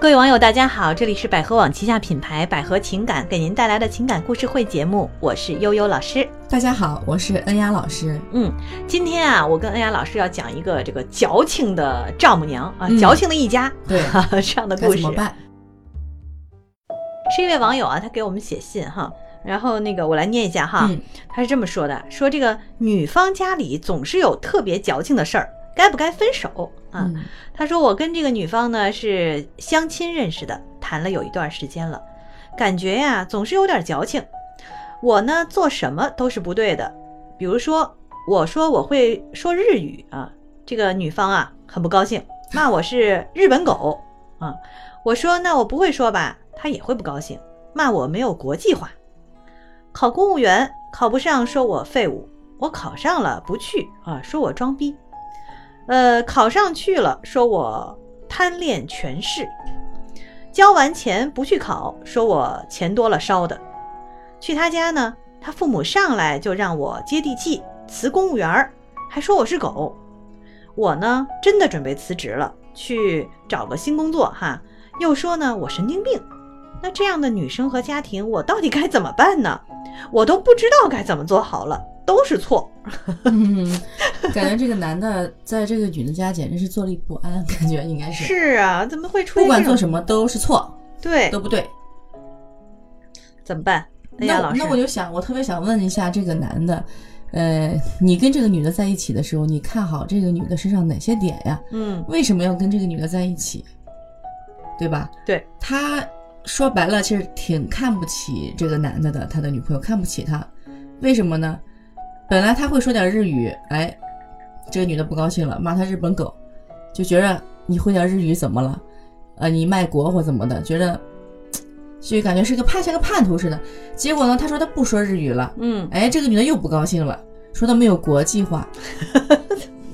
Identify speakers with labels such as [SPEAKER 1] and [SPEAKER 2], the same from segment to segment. [SPEAKER 1] 各位网友，大家好，这里是百合网旗下品牌百合情感给您带来的情感故事会节目，我是悠悠老师。
[SPEAKER 2] 大家好，我是恩雅老师。
[SPEAKER 1] 嗯，今天啊，我跟恩雅老师要讲一个这个矫情的丈母娘啊，
[SPEAKER 2] 嗯
[SPEAKER 1] 矫情的一家，
[SPEAKER 2] 对
[SPEAKER 1] 这样的
[SPEAKER 2] 该
[SPEAKER 1] 故
[SPEAKER 2] 怎
[SPEAKER 1] 事
[SPEAKER 2] 么。办？
[SPEAKER 1] 是一位网友啊，他给我们写信哈，然后那个我来念一下哈，
[SPEAKER 2] 嗯
[SPEAKER 1] 他是这么说的：说这个女方家里总是有特别矫情的事儿，该不该分手啊？
[SPEAKER 2] 嗯
[SPEAKER 1] 他说我跟这个女方呢是相亲认识的，谈了有一段时间了，感觉呀、总是有点矫情。我呢做什么都是不对的，比如说我说我会说日语啊，这个女方啊很不高兴，骂我是日本狗啊。我说那我不会说吧，她也会不高兴，骂我没有国际化。考公务员考不上，说我废物；我考上了不去啊，说我装逼。呃，考上去了，说我贪恋权势；交完钱不去考，说我钱多了烧的。去他家呢，他父母上来就让我接地气，辞公务员儿，还说我是狗。我呢，真的准备辞职了，去找个新工作哈。又说呢，我神经病。那这样的女生和家庭，我到底该怎么办呢？我都不知道该怎么做好了，都是错。
[SPEAKER 2] 嗯， 感觉这个男的在这个女的家简直是坐立不安，感觉应该是
[SPEAKER 1] 是啊，怎么会出
[SPEAKER 2] 不
[SPEAKER 1] 现
[SPEAKER 2] 管
[SPEAKER 1] 这
[SPEAKER 2] 做
[SPEAKER 1] 种
[SPEAKER 2] 什么都是错，
[SPEAKER 1] 对
[SPEAKER 2] 都不对。
[SPEAKER 1] 怎么办？哎呀，
[SPEAKER 2] 那
[SPEAKER 1] 老
[SPEAKER 2] 我
[SPEAKER 1] 师，
[SPEAKER 2] 那我就想，我特别想问一下这个男的，呃，你跟这个女的在一起的时候，你看好这个女的身上哪些点呀？
[SPEAKER 1] 嗯，
[SPEAKER 2] 为什么要跟这个女的在一起？对吧？
[SPEAKER 1] 对，
[SPEAKER 2] 他说白了，其实挺看不起这个男的的，他的女朋友看不起他，为什么呢？本来他会说点日语，哎，这个女的不高兴了，骂他日本狗，就觉着你会点日语怎么了？呃，你卖国或怎么的，觉着就感觉是个叛像个叛徒似的。结果呢，他说他不说日语了，
[SPEAKER 1] 嗯，
[SPEAKER 2] 哎，这个女的又不高兴了，说她没有国际化。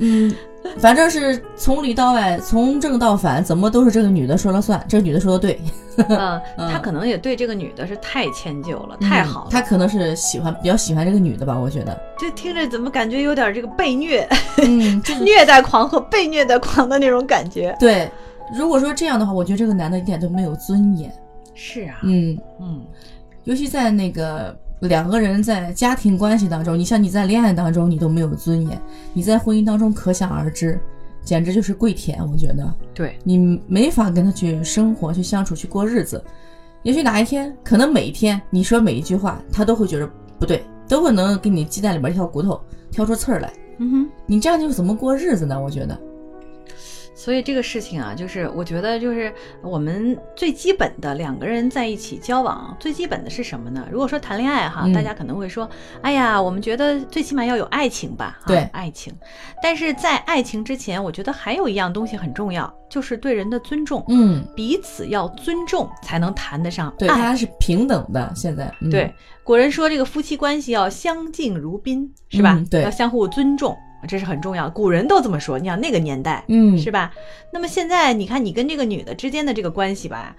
[SPEAKER 2] 嗯，反正是从里到外，从正到反，怎么都是这个女的说了算，这个女的说的对，
[SPEAKER 1] 嗯，
[SPEAKER 2] 嗯
[SPEAKER 1] 他可能也对这个女的是太迁就了，太好了。
[SPEAKER 2] 她可能是喜欢比较喜欢这个女的吧，我觉 得。
[SPEAKER 1] 这听着怎么感觉有点这个被虐、
[SPEAKER 2] 嗯， 这
[SPEAKER 1] 虐待狂和被虐待狂的那种感觉？
[SPEAKER 2] 对。如果说这样的话，我觉得这个男的一点都没有尊严。
[SPEAKER 1] 是啊，
[SPEAKER 2] 嗯，
[SPEAKER 1] 嗯
[SPEAKER 2] 尤其在那个两个人在家庭关系当中，你像你在恋爱当中你都没有尊严，你在婚姻当中可想而知，简直就是跪舔，我觉得。
[SPEAKER 1] 对，
[SPEAKER 2] 你没法跟他去生活、去相处、去过日子。也许哪一天，可能每一天你说每一句话，他都会觉得不对，都会能给你鸡蛋里边挑骨头，挑出刺儿来。
[SPEAKER 1] 嗯哼。
[SPEAKER 2] 你这样就怎么过日子呢？我觉得，
[SPEAKER 1] 所以这个事情啊，就是我觉得就是我们最基本的两个人在一起交往，最基本的是什么呢？如果说谈恋爱哈，
[SPEAKER 2] 嗯
[SPEAKER 1] 大家可能会说，哎呀，我们觉得最起码要有爱情吧，哈
[SPEAKER 2] 对
[SPEAKER 1] 爱情。但是在爱情之前，我觉得还有一样东西很重要，就是对人的尊重，
[SPEAKER 2] 嗯，
[SPEAKER 1] 彼此要尊重，才能谈得上
[SPEAKER 2] 对，大
[SPEAKER 1] 爱。
[SPEAKER 2] 家是平等的。现在，嗯、
[SPEAKER 1] 哎对，，古人说这个夫妻关系要相敬如宾，是吧？
[SPEAKER 2] 嗯对
[SPEAKER 1] 要相互尊重，这是很重要。古人都这么说，你想那个年代，
[SPEAKER 2] 嗯，
[SPEAKER 1] 是吧？那么现在你看，你跟这个女的之间的这个关系吧，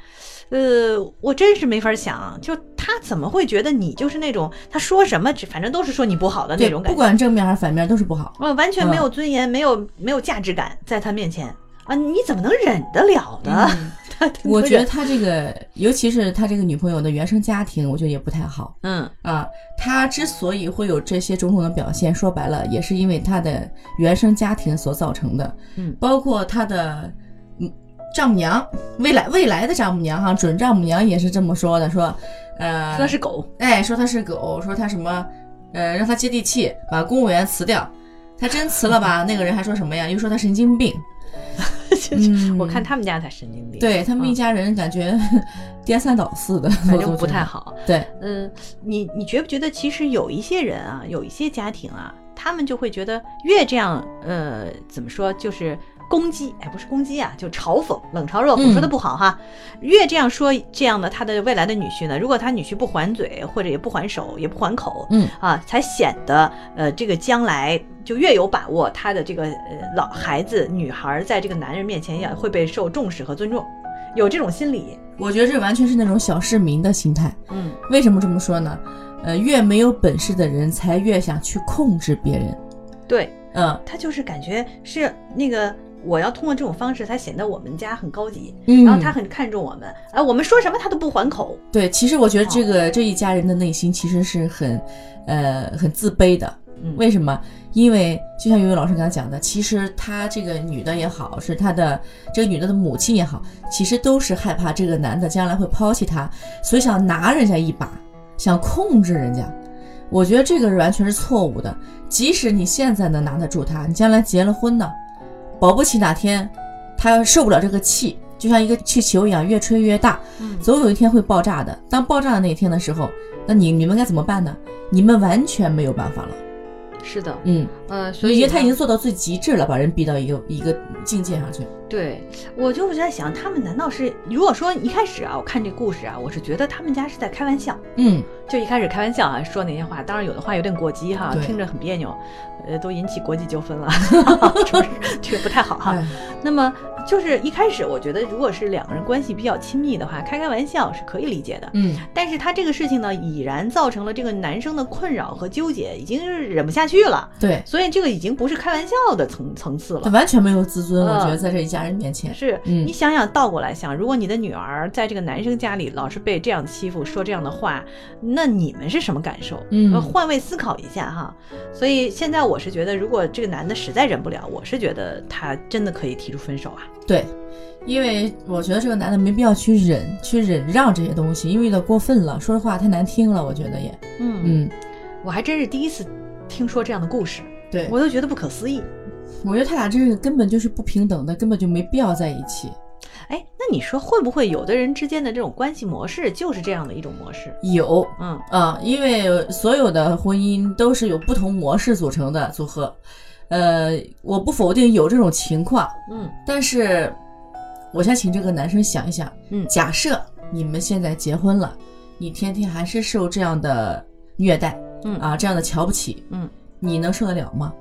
[SPEAKER 1] 呃，我真是没法想，就她怎么会觉得你就是那种她说什么，只反正都是说你不好的那
[SPEAKER 2] 对，
[SPEAKER 1] 种
[SPEAKER 2] 不嗯
[SPEAKER 1] 感觉，
[SPEAKER 2] 管正面还是反面都是不好。
[SPEAKER 1] 我完全没有尊严，没有没有价值感，在她面前啊，你怎么能忍得了呢？
[SPEAKER 2] 嗯
[SPEAKER 1] 她她
[SPEAKER 2] 我
[SPEAKER 1] 能
[SPEAKER 2] 觉得
[SPEAKER 1] 忍
[SPEAKER 2] 他这个，尤其是他这个女朋友的原生家庭，我觉得也不太好。
[SPEAKER 1] 嗯，
[SPEAKER 2] 啊，他之所以会有这些种种的表现，说白了也是因为他的原生家庭所造成的，
[SPEAKER 1] 嗯
[SPEAKER 2] 包括他的嗯丈母娘，未来未来的丈母娘哈，准丈母娘也是这么说的，说，呃，
[SPEAKER 1] 说她是狗，
[SPEAKER 2] 哎，说他是狗，说他什么，呃，让他接地气，把公务员辞掉，他真辞了吧？那个人还说什么呀？又说他神经病，嗯
[SPEAKER 1] 我看他们家才神经病，，
[SPEAKER 2] 对他们一家人感觉 颠三倒四的，
[SPEAKER 1] 嗯反
[SPEAKER 2] 我总
[SPEAKER 1] 正不
[SPEAKER 2] 觉得
[SPEAKER 1] 太。好。
[SPEAKER 2] 对，
[SPEAKER 1] 嗯，你你觉不觉得其实有一些人啊，有一些家庭啊，他们就会觉得越这样，呃，怎么说，就是攻击，哎，不是攻击啊，就嘲讽、冷嘲热讽，
[SPEAKER 2] 嗯
[SPEAKER 1] 说的不好哈，越这样说这样的他的未来的女婿呢，如果他女婿不还嘴，或者也不还手，也不还口，
[SPEAKER 2] 嗯
[SPEAKER 1] 啊，才显得呃这个将来就越有把握，他的这个呃老孩子女孩在这个男人面前也会被受重视和尊重，有这种心理，
[SPEAKER 2] 我觉得这完全是那种小市民的心态。
[SPEAKER 1] 嗯，
[SPEAKER 2] 为什么这么说呢？呃，越没有本事的人才越想去控制别人。
[SPEAKER 1] 对。
[SPEAKER 2] 嗯，
[SPEAKER 1] 他就是感觉是那个我要通过这种方式才显得我们家很高级，
[SPEAKER 2] 嗯
[SPEAKER 1] 然后他很看重我们，哎，我们说什么他都不还口，
[SPEAKER 2] 对，其实我觉得这个这一家人的内心其实是很，呃，很自卑的。
[SPEAKER 1] 嗯
[SPEAKER 2] 为什么？因为就像悠悠老师刚才讲的，其实她这个女的也好，是她的这个女的的母亲也好，其实都是害怕这个男的将来会抛弃她，所以想拿人家一把，想控制人家。我觉得这个完全是错误的。即使你现在能拿得住他，你将来结了婚呢，保不齐哪天他受不了这个气，就像一个气球一样，越吹越大，
[SPEAKER 1] 嗯
[SPEAKER 2] 总有一天会爆炸的。当爆炸的那一天的时候，那你你们该怎么办呢？你们完全没有办法了。
[SPEAKER 1] 是的，
[SPEAKER 2] 嗯，
[SPEAKER 1] 呃，所
[SPEAKER 2] 所以
[SPEAKER 1] 以
[SPEAKER 2] 他已
[SPEAKER 1] 呢
[SPEAKER 2] 经做到最极致了，把人逼到一个一个境界上去。
[SPEAKER 1] 对，我就是在想，他们难道是如果说一开始啊，我看这故事啊，我是觉得他们家是在开玩笑，
[SPEAKER 2] 嗯，
[SPEAKER 1] 就一开始开玩笑啊，说那些话，当然有的话有点过激哈，
[SPEAKER 2] 对
[SPEAKER 1] 听着很别扭，呃，都引起国际纠纷 了，是不是？ 这个不太好哈。
[SPEAKER 2] 哎
[SPEAKER 1] 那么就是一开始，我觉得如果是两个人关系比较亲密的话，开开玩笑是可以理解的。
[SPEAKER 2] 嗯，
[SPEAKER 1] 但是他这个事情呢，已然造成了这个男生的困扰和纠结，已经是忍不下去了，
[SPEAKER 2] 对，
[SPEAKER 1] 所以这个已经不是开玩笑的层层次
[SPEAKER 2] 他
[SPEAKER 1] 了。
[SPEAKER 2] 完全没有自尊，我觉得
[SPEAKER 1] 嗯
[SPEAKER 2] 在这一家人面前。
[SPEAKER 1] 是
[SPEAKER 2] 嗯
[SPEAKER 1] 你想想倒过来想，如果你的女儿在这个男生家里老是被这样欺负，说这样的话，那你们是什么感受？
[SPEAKER 2] 嗯
[SPEAKER 1] 呃换位思考一下哈。所以现在我是觉得，如果这个男的实在忍不了，我是觉得他真的可以提出分手啊。
[SPEAKER 2] 对，因为我觉得这个男的没必要去忍，去忍让这些东西，因为有点过分了，说实话太难听了，我觉得也。
[SPEAKER 1] 嗯，
[SPEAKER 2] 嗯，
[SPEAKER 1] 我还真是第一次听说这样的故事，
[SPEAKER 2] 对，我
[SPEAKER 1] 我都觉得不可思议。
[SPEAKER 2] 我觉得他俩这个根本就是不平等的，根本就没必要在一起。
[SPEAKER 1] 哎，那你说会不会有的人之间的这种关系模式就是这样的一种模式？
[SPEAKER 2] 有
[SPEAKER 1] 嗯
[SPEAKER 2] 啊、因为所有的婚姻都是由不同模式组成的组合，呃，我不否定有这种情况，
[SPEAKER 1] 嗯
[SPEAKER 2] 但是我先请这个男生想一想，
[SPEAKER 1] 嗯
[SPEAKER 2] 假设你们现在结婚了，你天天还是受这样的虐待
[SPEAKER 1] 嗯
[SPEAKER 2] 啊，这样的瞧不起，
[SPEAKER 1] 嗯，
[SPEAKER 2] 你能受得了吗？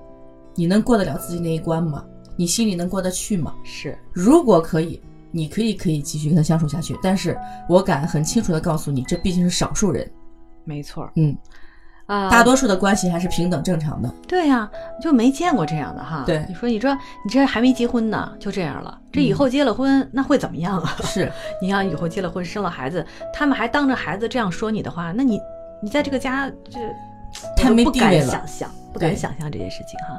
[SPEAKER 2] 你能过得了自己那一关吗？你心里能过得去吗？
[SPEAKER 1] 是
[SPEAKER 2] 如果可以，你可以可以继续跟他相处下去，但是我敢很清楚的告诉你，这毕竟是少数人，
[SPEAKER 1] 没错儿。
[SPEAKER 2] 嗯，
[SPEAKER 1] 啊、
[SPEAKER 2] 大多数的关系还是平等正常的。
[SPEAKER 1] 对呀、就没见过这样的哈。
[SPEAKER 2] 对
[SPEAKER 1] 你说你说你这还没结婚呢，就这样了，这以后结了婚、那会怎么样啊？
[SPEAKER 2] 是，
[SPEAKER 1] 你想以后结了婚生了孩子，他们还当着孩子这样说你的话，那你你在这个家这
[SPEAKER 2] 太
[SPEAKER 1] 我都
[SPEAKER 2] 没
[SPEAKER 1] 不
[SPEAKER 2] 地
[SPEAKER 1] 敢
[SPEAKER 2] 位了
[SPEAKER 1] 想象，不敢
[SPEAKER 2] 对
[SPEAKER 1] 想象这件事情哈。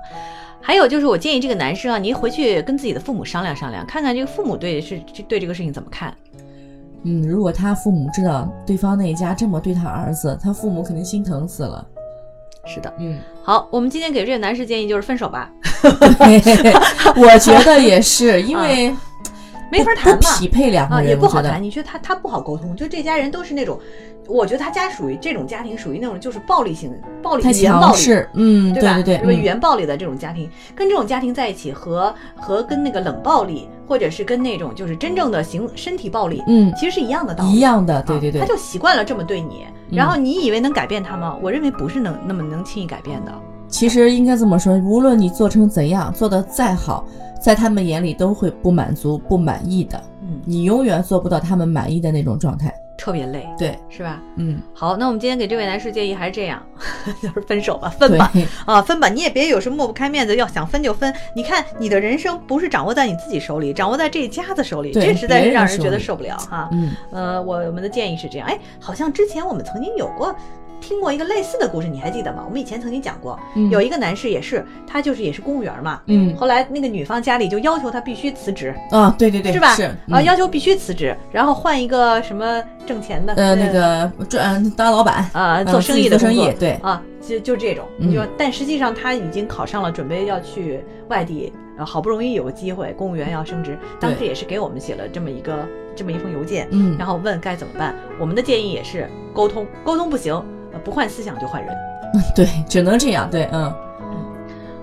[SPEAKER 1] 还有就是，我建议这个男生啊，你回去跟自己的父母商量商量，看看这个父母对是对这个事情怎么看。
[SPEAKER 2] 嗯，如果他父母知道对方那一家这么对他儿子，他父母肯定心疼死了。
[SPEAKER 1] 是的，
[SPEAKER 2] 嗯，
[SPEAKER 1] 好，我们今天给这个男士建议就是分手吧，
[SPEAKER 2] 我觉得也是，因为
[SPEAKER 1] 啊没法
[SPEAKER 2] 不
[SPEAKER 1] 谈
[SPEAKER 2] 不
[SPEAKER 1] 嘛。
[SPEAKER 2] 匹配两
[SPEAKER 1] 啊，
[SPEAKER 2] 个
[SPEAKER 1] 也
[SPEAKER 2] 人，
[SPEAKER 1] 不
[SPEAKER 2] 我
[SPEAKER 1] 好
[SPEAKER 2] 觉
[SPEAKER 1] 谈。
[SPEAKER 2] 得
[SPEAKER 1] 你觉得他他不好沟通，就这家人都是那种，我觉得他家属于这种家庭，属于那种就是暴力型、暴力
[SPEAKER 2] 太
[SPEAKER 1] 语言暴
[SPEAKER 2] 强
[SPEAKER 1] 力，
[SPEAKER 2] 势。嗯，对
[SPEAKER 1] 吧？
[SPEAKER 2] 对对，
[SPEAKER 1] 就是语
[SPEAKER 2] 嗯
[SPEAKER 1] 言暴力的这种家庭，跟这种家庭在一起和和跟那个冷暴力，或者是跟那种就是真正的行身体暴力，
[SPEAKER 2] 嗯
[SPEAKER 1] 其实是一样的道理。
[SPEAKER 2] 一样的，
[SPEAKER 1] 啊，
[SPEAKER 2] 对对嗯对
[SPEAKER 1] 他，就习惯了这么对你，然后你以为能改变他吗？我认为不是能那么能轻易改变的。
[SPEAKER 2] 其实应该这么说，无论你做成怎样，做得再好，在他们眼里都会不满足、不满意的，
[SPEAKER 1] 嗯，
[SPEAKER 2] 你永远做不到他们满意的那种状态。
[SPEAKER 1] 特别累，
[SPEAKER 2] 对，
[SPEAKER 1] 是吧？
[SPEAKER 2] 嗯，
[SPEAKER 1] 好，那我们今天给这位男士建议还是这样， 就是分手吧，分
[SPEAKER 2] 对
[SPEAKER 1] 吧。，啊，分吧，你也别有什么抹不开面子，要想分就分。你看，你的人生不是掌握在你自己手里，掌握在这一家子手里，
[SPEAKER 2] 对
[SPEAKER 1] 这实在是让人
[SPEAKER 2] 别人手里
[SPEAKER 1] 觉得受不了哈。
[SPEAKER 2] 嗯，
[SPEAKER 1] 呃，我我们的建议是这样，哎，好像之前我们曾经有过。听过一个类似的故事，你还记得吗？我们以前曾经讲过，
[SPEAKER 2] 嗯
[SPEAKER 1] 有一个男士也是，他就是也是公务员嘛。
[SPEAKER 2] 嗯
[SPEAKER 1] 后来那个女方家里就要求他必须辞职，
[SPEAKER 2] 啊，对对对，
[SPEAKER 1] 是吧？
[SPEAKER 2] 是
[SPEAKER 1] 啊，
[SPEAKER 2] 嗯
[SPEAKER 1] 要求必须辞职，然后换一个什么挣钱的，
[SPEAKER 2] 呃 那个赚当老板，
[SPEAKER 1] 啊，
[SPEAKER 2] 嗯
[SPEAKER 1] 做生意的
[SPEAKER 2] 自己
[SPEAKER 1] 工作
[SPEAKER 2] 做生意，对，
[SPEAKER 1] 啊，就就这种，
[SPEAKER 2] 嗯
[SPEAKER 1] 你说，但实际上他已经考上了，准备要去外地，呃，好不容易有个机会，公务员要升职，当时也是给我们写了这么一个这么一封邮件，
[SPEAKER 2] 嗯，
[SPEAKER 1] 然后问该怎么办。我们的建议也是沟通，沟通不行，呃，不换思想就换人，
[SPEAKER 2] 对，只能这样，对，嗯，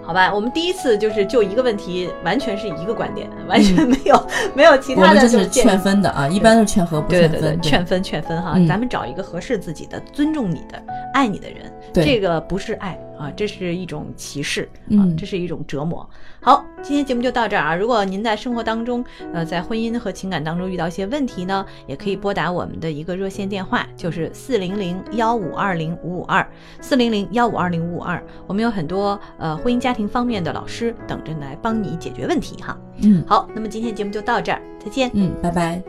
[SPEAKER 1] 好吧？我们第一次就是就一个问题，完全是一个观点，完全没有、没有其
[SPEAKER 2] 嗯我
[SPEAKER 1] 他
[SPEAKER 2] 们
[SPEAKER 1] 的
[SPEAKER 2] 这
[SPEAKER 1] 这
[SPEAKER 2] 是
[SPEAKER 1] 种建
[SPEAKER 2] 劝
[SPEAKER 1] 议。
[SPEAKER 2] 分的啊，一般都是劝和不
[SPEAKER 1] 对
[SPEAKER 2] 劝
[SPEAKER 1] 对对，
[SPEAKER 2] 分，
[SPEAKER 1] 劝分劝分哈，
[SPEAKER 2] 嗯
[SPEAKER 1] 咱们找一个合适自己的、尊重你的、爱你的人，
[SPEAKER 2] 对
[SPEAKER 1] 这个不是爱，啊，这是一种歧视，啊
[SPEAKER 2] 嗯，
[SPEAKER 1] 这是一种折磨。好，今天节目就到这儿啊。如果您在生活当中，呃，在婚姻和情感当中遇到一些问题呢，也可以拨打我们的一个热线电话，就是四零零幺五二零五五二，四零零幺五二零五五二。我们有很多呃婚姻家庭方面的老师等着来帮你解决问题哈。
[SPEAKER 2] 嗯
[SPEAKER 1] 好，那么今天节目就到这儿，再见。
[SPEAKER 2] 嗯，拜拜。